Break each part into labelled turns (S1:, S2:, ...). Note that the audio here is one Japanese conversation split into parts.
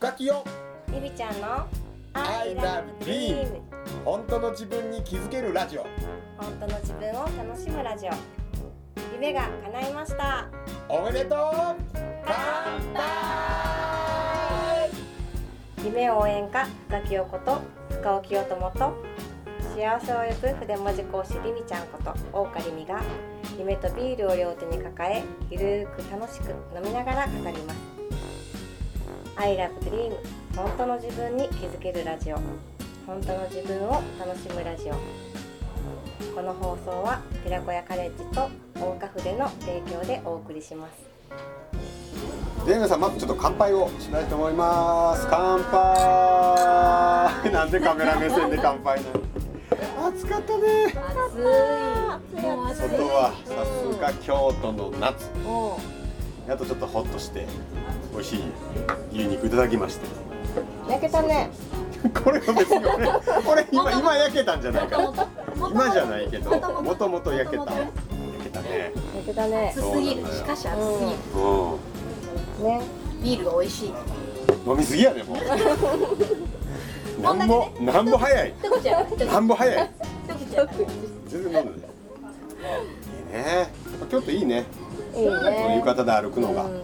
S1: 深きよ
S2: ゆりちゃんの
S1: I love dream 本当の自分に気づけるラジオ
S2: 本当の自分を楽しむラジオ夢が叶いました
S1: おめでとう乾杯
S2: 夢応援歌深木陽子と深尾清友と幸せを呼ぶ筆文字講師りみちゃんこと大岡りみが夢とビールを両手に抱えゆるーく楽しく飲みながら語ります I love dream 本当の自分に気づけるラジオ本当の自分を楽しむラジオこの放送は寺子屋カレッジと大岡筆の提供でお送りします
S1: で皆さんまずちょっと乾杯をしたいと思います乾杯なんでカメラ目線で乾杯なの暑かったね
S3: 暑い。もう暑い。
S1: 外はさすが京都の夏
S3: おう
S1: あとちょっとホッとして美味しい牛肉いただきました
S2: 焼けたね
S1: これは別に俺これ今今焼けたんじゃないか
S3: もと
S1: な
S3: もと
S1: 今じゃないけど
S3: もともと
S1: もともと焼けた
S3: もとも
S1: 焼
S3: と
S1: けたね
S2: 焼けたね
S3: 暑すぎる。しかし暑すぎる。
S1: う
S2: ね
S3: ビールが美味しい。っ
S1: ん飲みすぎやでもうなんぼなんぼ早い
S3: てことじゃない。
S1: なんぼ早い
S3: 一口じゃない
S1: 全然飲んでないいいね京都いいね
S2: いい
S1: この
S2: ね
S1: 浴衣で歩くのが、
S2: うん、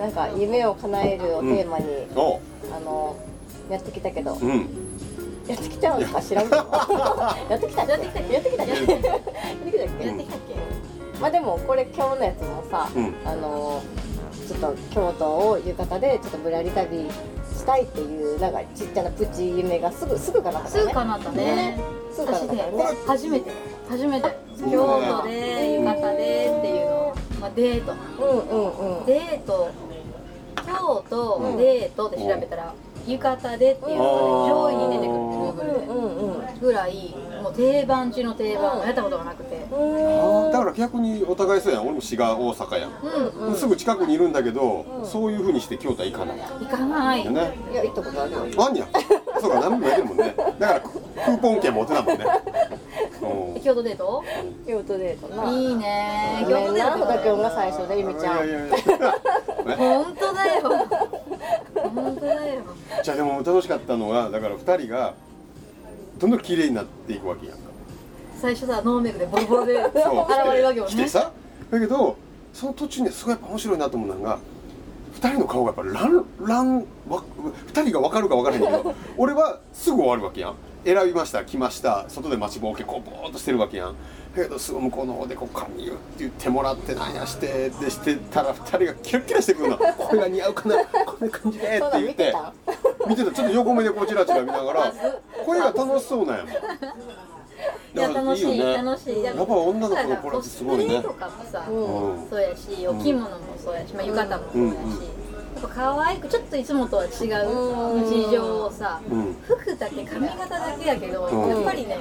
S2: なんか夢を叶えるをテーマに、
S1: おう
S2: あのやってきたけど、
S1: うん
S2: やってきたのか知らんけど やってきたっけやってきたやってきたっけやってきたっけ、
S3: やってきたっけ。
S2: まあでもこれ今日のやつもさ、
S1: うん
S2: あのちょっと京都を浴衣でちょっとぶらり旅したいっていうなんかちっちゃなプチ夢がすぐすぐ叶ったね
S3: すぐかなったね。
S2: すぐ叶ったからね
S3: 私初めて初めて京都で浴衣でっていうのをまあデート
S2: うんうんうん
S3: デート京都デートで調べたら浴衣でっていうのがね上位に出てくるって
S2: う
S3: Google で。
S2: んうんうん
S3: ぐらいもう定番中の定番
S2: うん
S3: やったことがなくて、
S1: あーだから逆にお互いそうやん俺も滋賀大阪やん、
S3: うん、
S1: すぐ近くにいるんだけど、そういうふうにして京都は行かない
S3: 行かない
S1: よね
S2: いや行ったことあるよ
S1: あんにゃそうか何もやけるもんねだからクーポン券持てたもんねうん
S3: 京都デート
S2: 京都デートない
S3: いね
S2: ご
S3: 京
S2: め
S3: 都
S2: ん
S3: デ
S2: な
S3: ート
S2: 穂田君が最初でゆみちゃん
S1: いやいやいやね
S3: 本当だよ本当だよ
S1: じゃあでも楽しかったのはだから2人がどんどん綺麗になっていくわけやんか
S3: 最初さノーメイクでボロボロで現
S1: そう
S3: れるわけよ
S1: 来て
S3: ね
S1: さだけどその途中ねすごいやっぱ面白いなと思うのが2人の顔がやっぱランランわ2人が分かるか分からへんけ ど俺はすぐ終わるわけやん選びました来ました外で待ちぼうけこうぼーっとしてるわけやんだけどすぐ向こうの方でこう髪言って言ってもらってなんやしてでしてたら2人がキラッキラしてく るのこれが似合うかなこんな感じでって言って
S2: そんなん
S1: 見てたちょっと横目でこうチラチラ見な がら声が楽しそうなんやもん
S3: い
S1: だ
S3: や
S1: から
S3: 楽しい
S1: よね
S3: 楽しいや
S1: やっぱ女の子の頃ってすごいね
S3: コスプレとかもさ、
S1: うん
S3: そうやしお着物もそうやし、まあ、浴衣も
S1: う
S3: そうやし、
S1: んうん
S3: やっぱ可愛くちょっといつもとは違う日常をさ、
S1: うん
S3: 服だけ髪型だけやけど、
S1: うん
S3: やっぱりね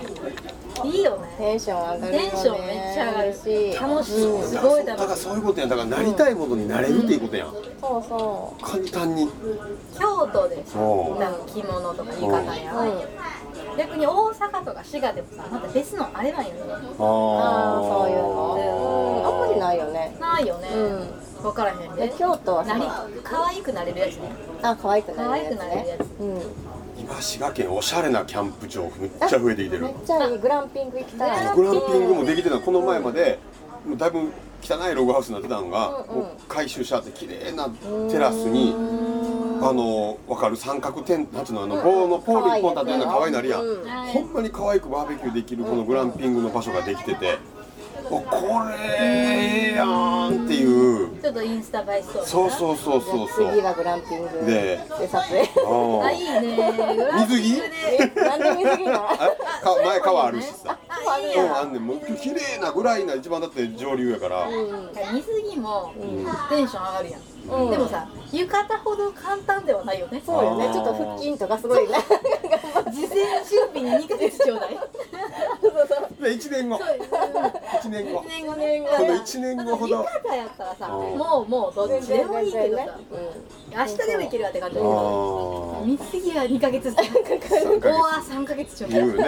S3: いいよね
S2: テンション上がるよね
S3: テンションめっちゃ上がる
S2: 嬉しい
S3: 楽しい
S2: うん
S3: すごい
S1: だ
S3: だ
S1: か
S3: ろ
S1: らそういうことやんだからなりたいものになれるっていうことやん、
S2: そうそ
S1: 簡単に
S3: 京都でさ
S1: おう
S3: なんか着物とか浴衣や、
S2: う、うん、
S3: 逆に大阪とか滋賀でもさまた別のあれなんよね
S2: ああそういうの、うん、あんまりないいよね
S3: ないよね、分からへん
S2: で
S3: ね
S2: 京都は
S3: な
S2: さ
S3: り可愛くなれるやつね
S2: あ可愛くなるやつね
S3: 可愛くなるやつ
S2: うん、め
S1: 今滋賀県おしゃれなキャンプ場めっちゃ増えてきてる
S2: っちゃいいグランピング行きたい
S1: グランピングもできてたこの前までもうだいぶ汚いログハウスになってたのが、
S2: うんう
S1: も
S2: ん
S1: う改修しちゃって綺麗なテラスにあの分かる三角テンなんつうのあの棒のポール1本立てるような可愛いなりやん、
S2: うん
S1: ほんまに可愛くバーベキューできるこのグランピングの場所ができてて、おこれええやんっていう、
S3: ちょっとインスタ映えしそうやな
S1: そうそうそうそうそう
S2: 次はグランピング
S1: で
S2: で撮影
S1: あ
S3: あいいねグランピングで
S2: えなんで水着なの
S1: あれか前川あるしさ
S3: あいい
S1: うん
S3: や
S1: あんねんもう綺麗なぐらいな一番だって上流やから、
S3: 水着もテンション上がるやん、
S2: うん
S3: でもさ浴衣ほど簡単ではないよね
S2: そうよ
S1: あー
S2: ねちょっと腹筋とかすごいね
S3: 事前準備に2ヶ月ちょうだい
S1: で1年後1年後
S3: 1年後年後
S1: この1年後ほど
S3: 浴衣やったらさ
S1: あー
S3: もうもうどっちでもいいけどさ
S2: う
S3: 明日でもいけるわって感じだけど
S1: あ
S3: 見過ぎは2ヶ月ずつ
S1: 3ヶ月
S3: おわ3ヶ月ちょうだい
S1: 言うね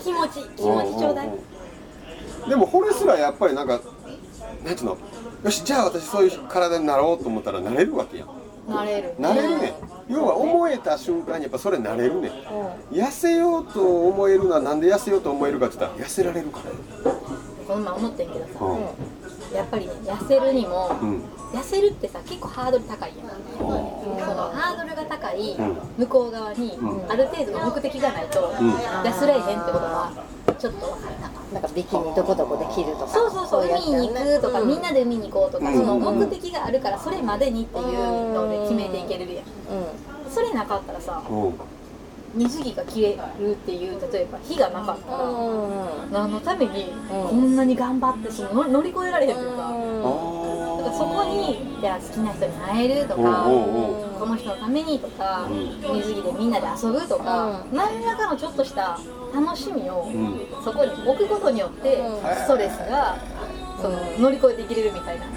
S3: 気持ち気持ちちょうだい
S1: んんうんでもこれすらやっぱりなんかなんていうのよしじゃあ私そういう体になろうと思ったらなれるわけやん
S3: なれる
S1: なれるねん要は思えた瞬間にやっぱそれなれるねん
S2: う
S1: 痩せようと思えるのはなんで痩せようと思えるかって言ったら痩せられるから
S3: この前思ってんけど
S1: う
S3: さ
S1: ん
S2: んうん
S3: やっぱりね痩せるにも
S1: うん
S3: 痩せるってさ結構ハードル高いやんそのハードルが高い
S1: うん
S3: 向こう側に
S1: うん
S3: ある程度の目的がないと
S1: うん
S3: 安らいへんってことはちょっと分かった
S4: なんかビキニどこどこで着るとか
S3: そうそうそう
S4: やって
S3: 海
S4: やる
S3: に行くとか、
S4: うん
S3: みんなで海に行こうとか、
S1: うん
S3: その目的があるからそれまでにっていうので決めていけれるやん、それなかったらさ
S1: うん
S3: 水着が着れるっていう例えば日がなかったら、
S2: うん
S3: 何のために
S2: うん
S3: こんなに頑張ってその乗乗り越えられへんというか、
S1: あ
S3: だから
S1: ー
S3: そこにじゃあ好きな人に会えるとか、
S1: おうおうおう
S3: この人のためにとか、
S1: うん
S3: 水着でみんなで遊ぶとか、何らかのちょっとした楽しみを
S1: うん
S3: そこに置くことによって、
S2: うん
S3: ストレスがその乗り越えていけれるみたいな。
S1: へ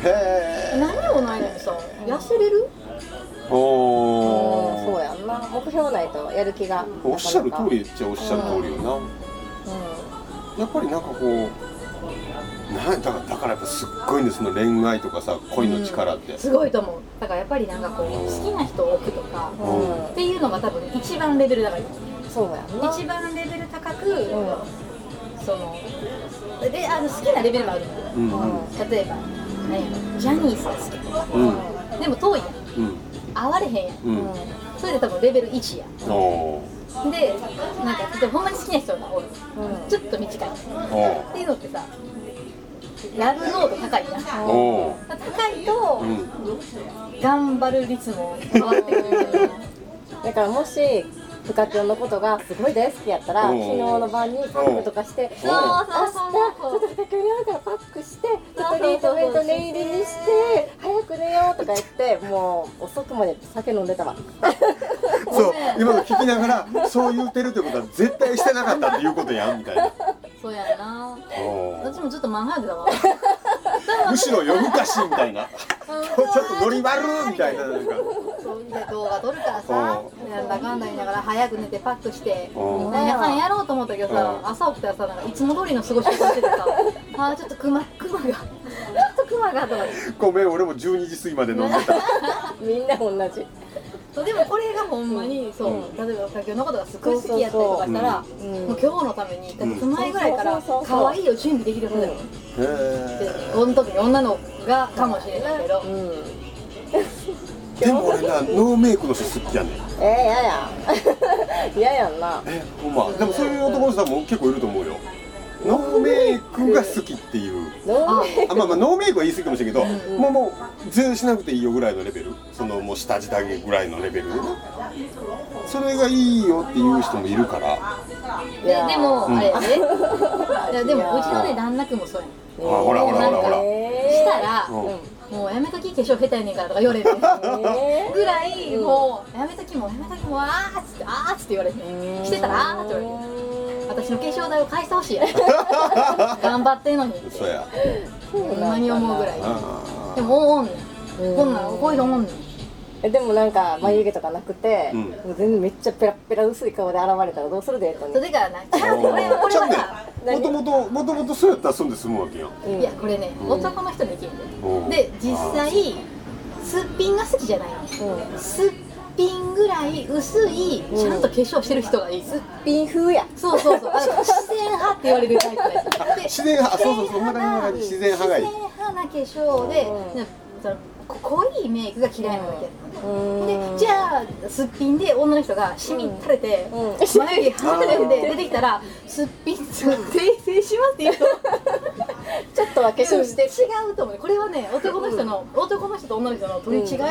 S1: え
S3: 何もないのにさ痩せれる
S1: おお
S4: うんそうやんな目標ないとやる気が
S1: おっしゃる通りっちゃおっしゃる通りよな、やっぱりなんかこうなんだからだからやっぱすっごいねその恋愛とかさ恋の力って、
S3: すごいと思うだからやっぱりなんかこう好きな人を置くとか
S4: うん、うん
S3: っていうのが多分一番レベル高い
S4: そうやんな
S3: 一番レベル高く、
S4: うん
S3: そのであの好きなレベルもある
S1: うんうん
S3: 例えば何やろジャニーズが好きとか
S1: うん
S3: でも遠いやん
S1: うん
S3: 会われへんやん
S1: うん
S3: それで多分レベル1やん
S1: おお
S3: でなんか例えばほんまに好きな人がおるちょっと短いっ
S1: ーお
S3: ていうのってさラブ濃度高いやん
S1: ーおー
S3: 高いと、
S1: うん
S3: 頑張る率も変わってくるよね
S4: だからもし部活のことがすごい大好きやったら
S1: う
S4: 昨
S1: ん
S4: 日の晩にパックとかして
S1: うん
S4: あ
S3: そう
S4: 明日ちょっと
S3: う
S4: 部活にあるからパックしてちょっとトリートメント念入りにして早く寝ようとか言ってもう遅くまで酒飲んでたわ
S1: そう今の聞きながらそう言うてるってことは絶対してなかったっていうことやんみたいな
S3: そうやな
S1: おー
S3: 私もちょっとマンハーグだわ
S1: むしろ夜更かしみたいな今日ちょっとノリ悪るみたいななんか
S3: そういう動画撮るからさなんだかんだ言いながら早く寝てパックして
S1: うん
S3: 皆さんやろうと思ったけどさ
S1: うん
S3: 朝起きたらさなんかいつも通りの過ごし方しててさあーちょっとクマクマがちょっとクマがとか言って
S1: ごめん俺も12時過ぎまで飲んでた
S4: みんな同じ
S3: そうでもこれがほんまにそう例えば先ほどのことがすごい好きやったりとかしたら
S4: そうそううん
S3: もう今日のために1ヶ月前ぐらいから
S4: そうそうそうそう
S3: 可愛いを準備できるはずだよ
S1: へえ
S3: この時女の子がかもしれないけど、
S4: うん
S1: でも俺なノーメイクの人好きやねん
S4: えー、やや 嫌やんな
S1: えほんまでもそういう男の人はもう結構いると思うよノーメイクが好きっていう
S4: どうね
S1: あまあまあノーメイクは言い過ぎかもしれんけど、
S3: うん
S1: もうもう全然しなくていいよぐらいのレベルそのもう下地だけぐらいのレベルそれがいいよっていう人もいるからあ
S4: いや
S3: ででも、
S1: うん
S3: あれやでいやで
S4: いや
S3: もうちのね旦那君もそうやん
S1: ほらほらほらほら、
S4: えー
S3: したら、
S1: うん
S3: もうやめとき化粧下手やねんからとか言われる
S4: え
S3: ぐらい、もうやめときもうやめときもうあーっつってあーっつって言われて、
S4: ー
S3: してたらあーって言われて私の化粧代を返してほしいやん頑張ってんのにって
S1: 嘘や
S4: そうなんだな
S3: 何思うぐらい
S1: あ
S3: でもおんねん
S4: うん
S3: こんなんこういうのおんねん
S4: えでもなんか眉毛とかなくて、
S1: うん
S4: もう全然めっちゃペラペラ薄い顔で現れたらどうするでと
S3: そ
S4: ね
S3: れからなちゃうねんこれはこれはさ
S1: もともともともとそうやったらそうで済むわけやん
S4: うん
S3: いやこれね
S1: うん
S3: 男の人できるんだよ
S1: うん
S3: で実際すっぴんが好きじゃないの
S4: うん
S3: すっぴんぐらい薄い
S4: うん
S3: ちゃんと化粧してる人がいい、
S4: ピン風や
S3: そうそうそうあの自然派って言われるタイプです
S1: 自然派あそうそうそんな感じそんな感じ自然派がいい
S3: 自然派な化粧で、
S4: うん
S3: その濃いメイクが嫌いなわけ、
S4: う
S3: でじゃあすっぴんで女の人がシミ垂れて、
S4: うんうん
S3: 眉毛離れて出てきたらすっぴん訂正しますって言うと
S4: ちょっとは化粧して
S3: 違うと思うこれはね男の人の、男の人と女の人の取り違いな、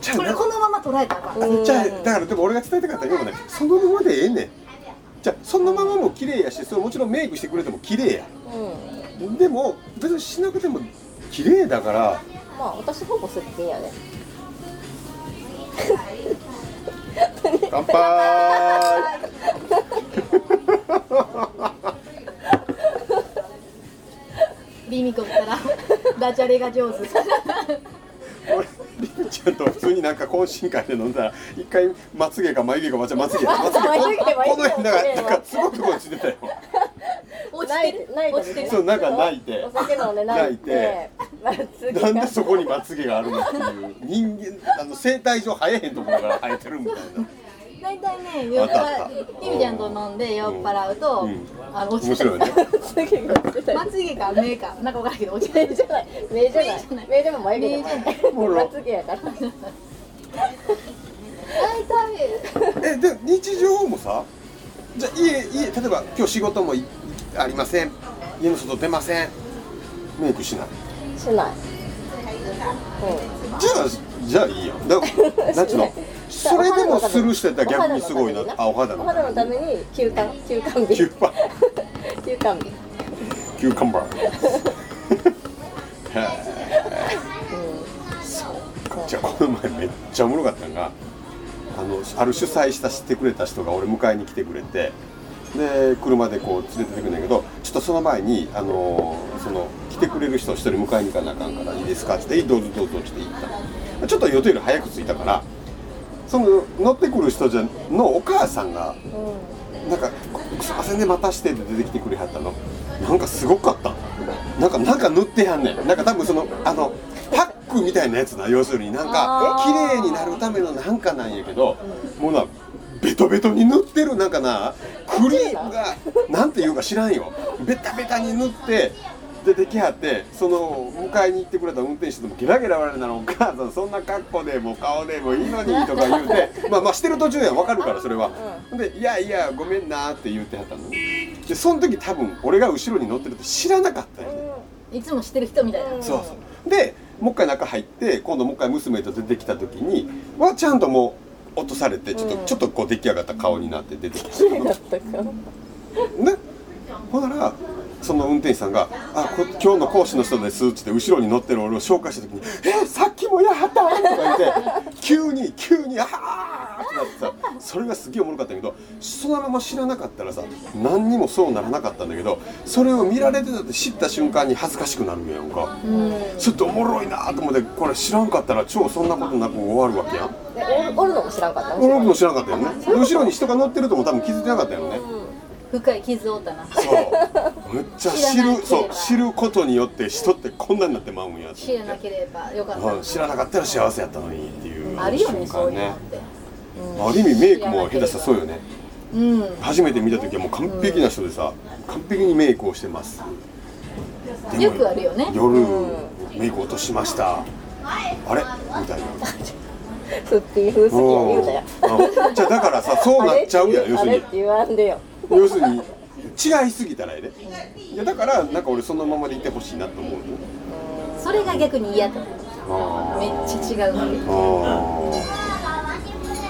S1: じゃあ
S3: これ
S1: な
S3: このまま捉えたらあかん、
S4: うん
S1: じゃあだからでも俺が伝えたかったのはねそのままでええねんじゃあそのままも綺麗やしそれもちろんメイクしてくれても綺麗や
S4: うん
S1: でも別にしなくても綺麗だから
S4: まあ私ほぼすっぴんやね
S1: 乾杯
S3: リミコったらダジャレが 上手
S1: 俺りんちゃんと普通になんか懇親会で飲んだら一回まつげか眉毛かまつげまつげやまつ
S4: 眉毛
S1: げ
S4: 眉毛
S1: この辺だからなんかすごいところについてたよ
S3: 落ち
S4: 泣
S3: て
S4: いて
S3: る
S4: 泣い
S3: 落ち
S4: て
S3: て
S1: そ
S3: る
S1: うなんか泣いて
S4: お酒飲んで泣いて
S1: 泣いて
S4: まつげ
S1: なん
S4: が
S1: でそこにまつげがあるのっていう人間あの生態上生えへんところから生えてるみたいな
S3: 大体ね酔っ
S1: あっ
S3: 払
S1: たあった
S3: いゆみちゃんと飲んで酔っ払うと、
S1: うん
S3: あの落
S1: 面
S3: ちて
S1: 白いよね
S4: まつげが出たり
S3: まつげか目かなんか分からんけど落ちて
S4: 目
S3: る
S4: じゃない目じゃな
S3: 目じゃない
S4: い目でも眉毛でもない
S1: もろ
S4: まつげやから
S3: 大体
S1: えで日常もさじゃあ家家例えば今日仕事もいありません家の外出ませんメイクしない
S4: しない
S1: じゃあじゃあいいやんだ からなんちゅうのそれでもスルーしてたら逆にすごいなあお肌
S4: お
S1: の
S4: 肌のために休館休館日
S1: キューパー
S4: 休館日
S1: キューカンバー へえじゃあこの前めっちゃおもろかったのがあのある主催した知ってくれた人が俺迎えに来てくれてで車でこう連れてってくるんだけどちょっとその前にあのその来てくれる人を一人迎えに行かなあかんからいいですかって言ってどうぞどうぞって言ったちょっと予定より早く着いたからその乗ってくる人じゃのお母さんがなんか「すいませんね待たして」って出てきてくれはったのなんかすごかったなんかなんか塗ってはんねんなんか多分そのあのパックみたいなやつな要するになんか
S3: あ
S1: 綺麗
S3: ー
S1: になるためのなんかなんやけどもうなベトベトに塗ってるなんかなクリームがなんていうか知らんよベタベタに塗って出てきはってその迎えに行ってくれた運転手ともゲラゲラ笑いながら「お母さんそんな格好でもう顔でもいいのに」とか言うてまあまあしてる途中やんわかるからそれは、で「いやいやごめんな」って言ってはったのでその時多分俺が後ろに乗ってるって知らなかったよね、
S3: いつも知ってる人みたいな
S1: そうそうでもう一回中入って今度もう一回娘と出てきた時にはちゃんともう落とされてちょっと,、ちょっとこう出来上がった顔になって出てきた
S4: 綺麗だったか
S1: ねほんならその運転手さんが「あこ今日の講師の人です」っつって後ろに乗ってる俺を紹介した時に「えさっきもやはった!」とか言って急に急に「ああ!」ってなってさそれがすげえおもろかったんやけどそのまま知らなかったらさ何にもそうならなかったんだけどそれを見られてたって知った瞬間に恥ずかしくなるんやんかちょっとおもろいなと思ってこれ知らんかったら超そんなことなく終わるわけやん
S4: でおるおるのも知らんかった
S1: 俺も知らなかったよねで後ろに人が乗ってるとも多分気づいてなかったよね、
S3: 深い傷を負ったな
S1: そうめっちゃ知
S3: 知らなけ
S1: る
S3: れば
S1: そう知ることによって人ってこんなになってまうんやって
S3: 知らなければよかった、
S1: うん知らなかったら幸せやったのにっていう
S3: あるよ
S1: 瞬
S3: ねそう
S1: 間
S3: いうのって
S1: ある意味メイクも下手したらそうよね
S3: うん
S1: 初めて見た時はもう完璧な人でさ、完璧にメイクをしてますでも
S3: よくあるよね
S1: 夜、メイク落としましたあれみたいな
S4: すっていう風好きを言うな
S1: う
S4: よ
S1: んじゃあだ からさそうなっちゃうやん要
S4: あ
S1: する
S4: れっ
S1: に
S4: て言わんでよ
S1: 要するに違いすぎたらええでいやだからなんか俺そのままでいてほしいなと思うよ
S3: それが逆に嫌だめっ
S1: あー
S3: ちゃ違うのに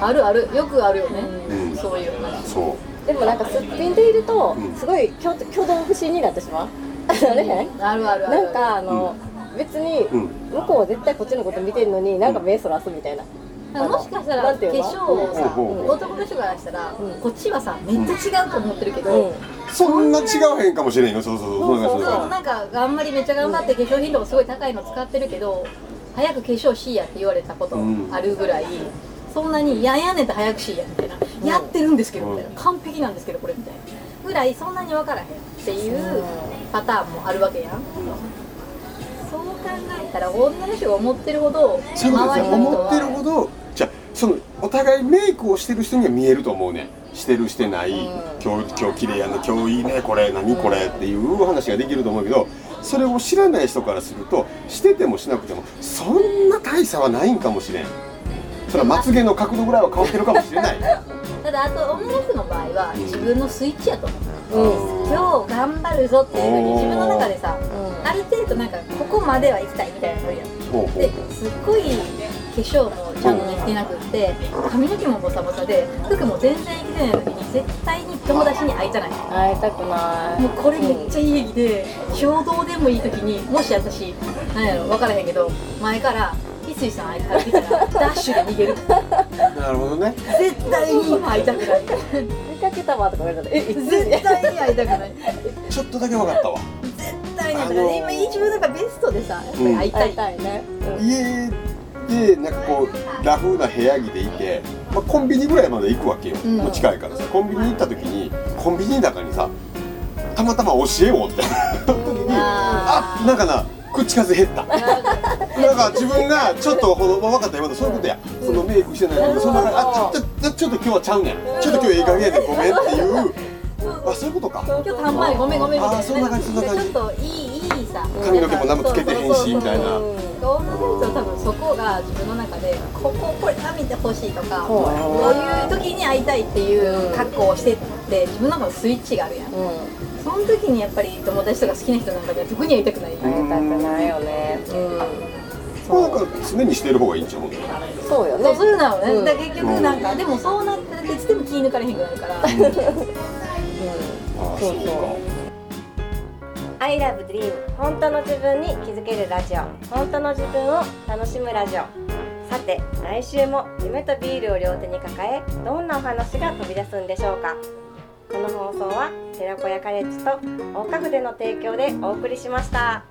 S1: あ
S3: あるあるよくあるよね、
S1: うん
S3: そういう
S1: あ
S3: 話
S1: そ
S4: でもなんかすっぴんでいると
S1: うん
S4: すごい挙挙動不審になってしまうあれへん
S3: あるあるある
S4: なんかあの、別に
S1: うん
S4: 向こうは絶対こっちのこと見てるのになんか目そらすみたいな、
S3: なんかもしかしたら
S4: な
S3: 化
S4: んていう
S3: 粧
S4: の
S3: をさ
S1: うんうんうん
S3: 男の人からしたら
S4: うん
S3: こっちはさめっちゃ違うと思ってるけ
S4: うん
S3: ど、
S1: うそんな違うへんかもしれんよそうそうそうそうそう
S4: そう
S1: そう
S3: なんかあんまりめっちゃ頑張って化粧品とかすごい高いの使ってるけど早く化粧しいやって言われたことあるぐらい、そんなに「いやいやねんって早くしいや」みたいな、やってるんですけど」みたいな「完璧なんですけどこれ」みたいなぐらいそんなに分からへんっていうパターンもあるわけやん、そう考えたら女の人が思ってるほど
S1: そ
S3: 周
S1: うい
S3: り
S1: う
S3: の
S1: ことですよ
S3: 人
S1: 思ってるほ
S3: は
S1: どじゃあそのお互いメイクをしてる人には見えると思うねしてるしてない、今日今日綺麗やな今日いいねこれ何これっていう話ができると思うけどそれを知らない人からするとしててもしなくてもそんな大差はないんかもしれんそれはまつげの角度ぐらいは変わってるかもしれない
S3: ただあと女の人の場合は自分のスイッチやと思う
S1: うん
S3: 今日頑張るぞっていうふうに自分の中でさ
S4: うん
S3: ある程度なんかここまでは行きたいみたいなのあるやん
S1: ほうほうほ
S3: ですっごい化粧もちゃんとできてなくって髪の毛もボサボサで服も全然いきてないのに絶対に友達に会いたないも
S4: 会いたくない。
S3: うこれめっちゃ
S4: ゃ。
S3: いい駅で衝動でもいい時にもし私なんやろ分からへんけど前から翡翠さん会いたいたらダッシュで逃げる
S1: うなるほどね
S3: 絶対に今会いたくない
S4: 見かけたわとか言われたら、え、いつ
S3: 絶対に会いたくない
S1: ちょっとだけ分かったわ
S3: 絶対に会いたく
S1: あの
S3: な
S1: ー
S3: い今一応なんかベストでさやっぱり会いた
S4: 会い
S3: い
S4: たいね。
S1: 家でなんかこうラフな部屋着でいて、まあ、コンビニぐらいまで行くわけよ、
S3: ん
S1: もう近いからさコンビニ行った時にコンビニの中にさたまたま教えをって時に
S3: あ
S1: あ
S3: ー
S1: なんかな口数減ったなんか自分がちょっとほど、まあ、分かった今のそういうことや、そのメイクしてないのその中であちょっとちょっと今日はちゃうねんちょっと今日ええ加減やでごめんっていうあそういうことか
S3: 今日たんまりごめんごめんみたいな
S1: あーそんな感じそんな感じ
S3: ちょっといいいいさ
S1: 髪の毛も何もつけてへんしみたいな
S4: うん
S3: 女の人は多分そこが自分の中でこここれ食べてほしいとかこういう時に会いたいっていう格好をしてって自分の中のスイッチがあるやん
S4: うん
S3: その時にやっぱり友達とか好きな人なんかでは特に会いたくない
S1: ん
S4: 会いたくないよねうん
S1: まあなんか常にしてる方がいいんちゃうほんなら
S4: そうよ
S3: そう
S4: ね
S3: するなのね、
S4: うん
S3: だから結局なんか、でもそうなったらいつでも気抜かれへんくなるから
S1: ああ
S4: そう
S1: そ
S4: そう
S1: うか
S2: I love dream 本当の自分に気づけるラジオ本当の自分を楽しむラジオさて来週も夢とビールを両手に抱えどんなお話が飛び出すんでしょうかこの放送は寺子屋カレッジと大花筆の提供でお送りしました。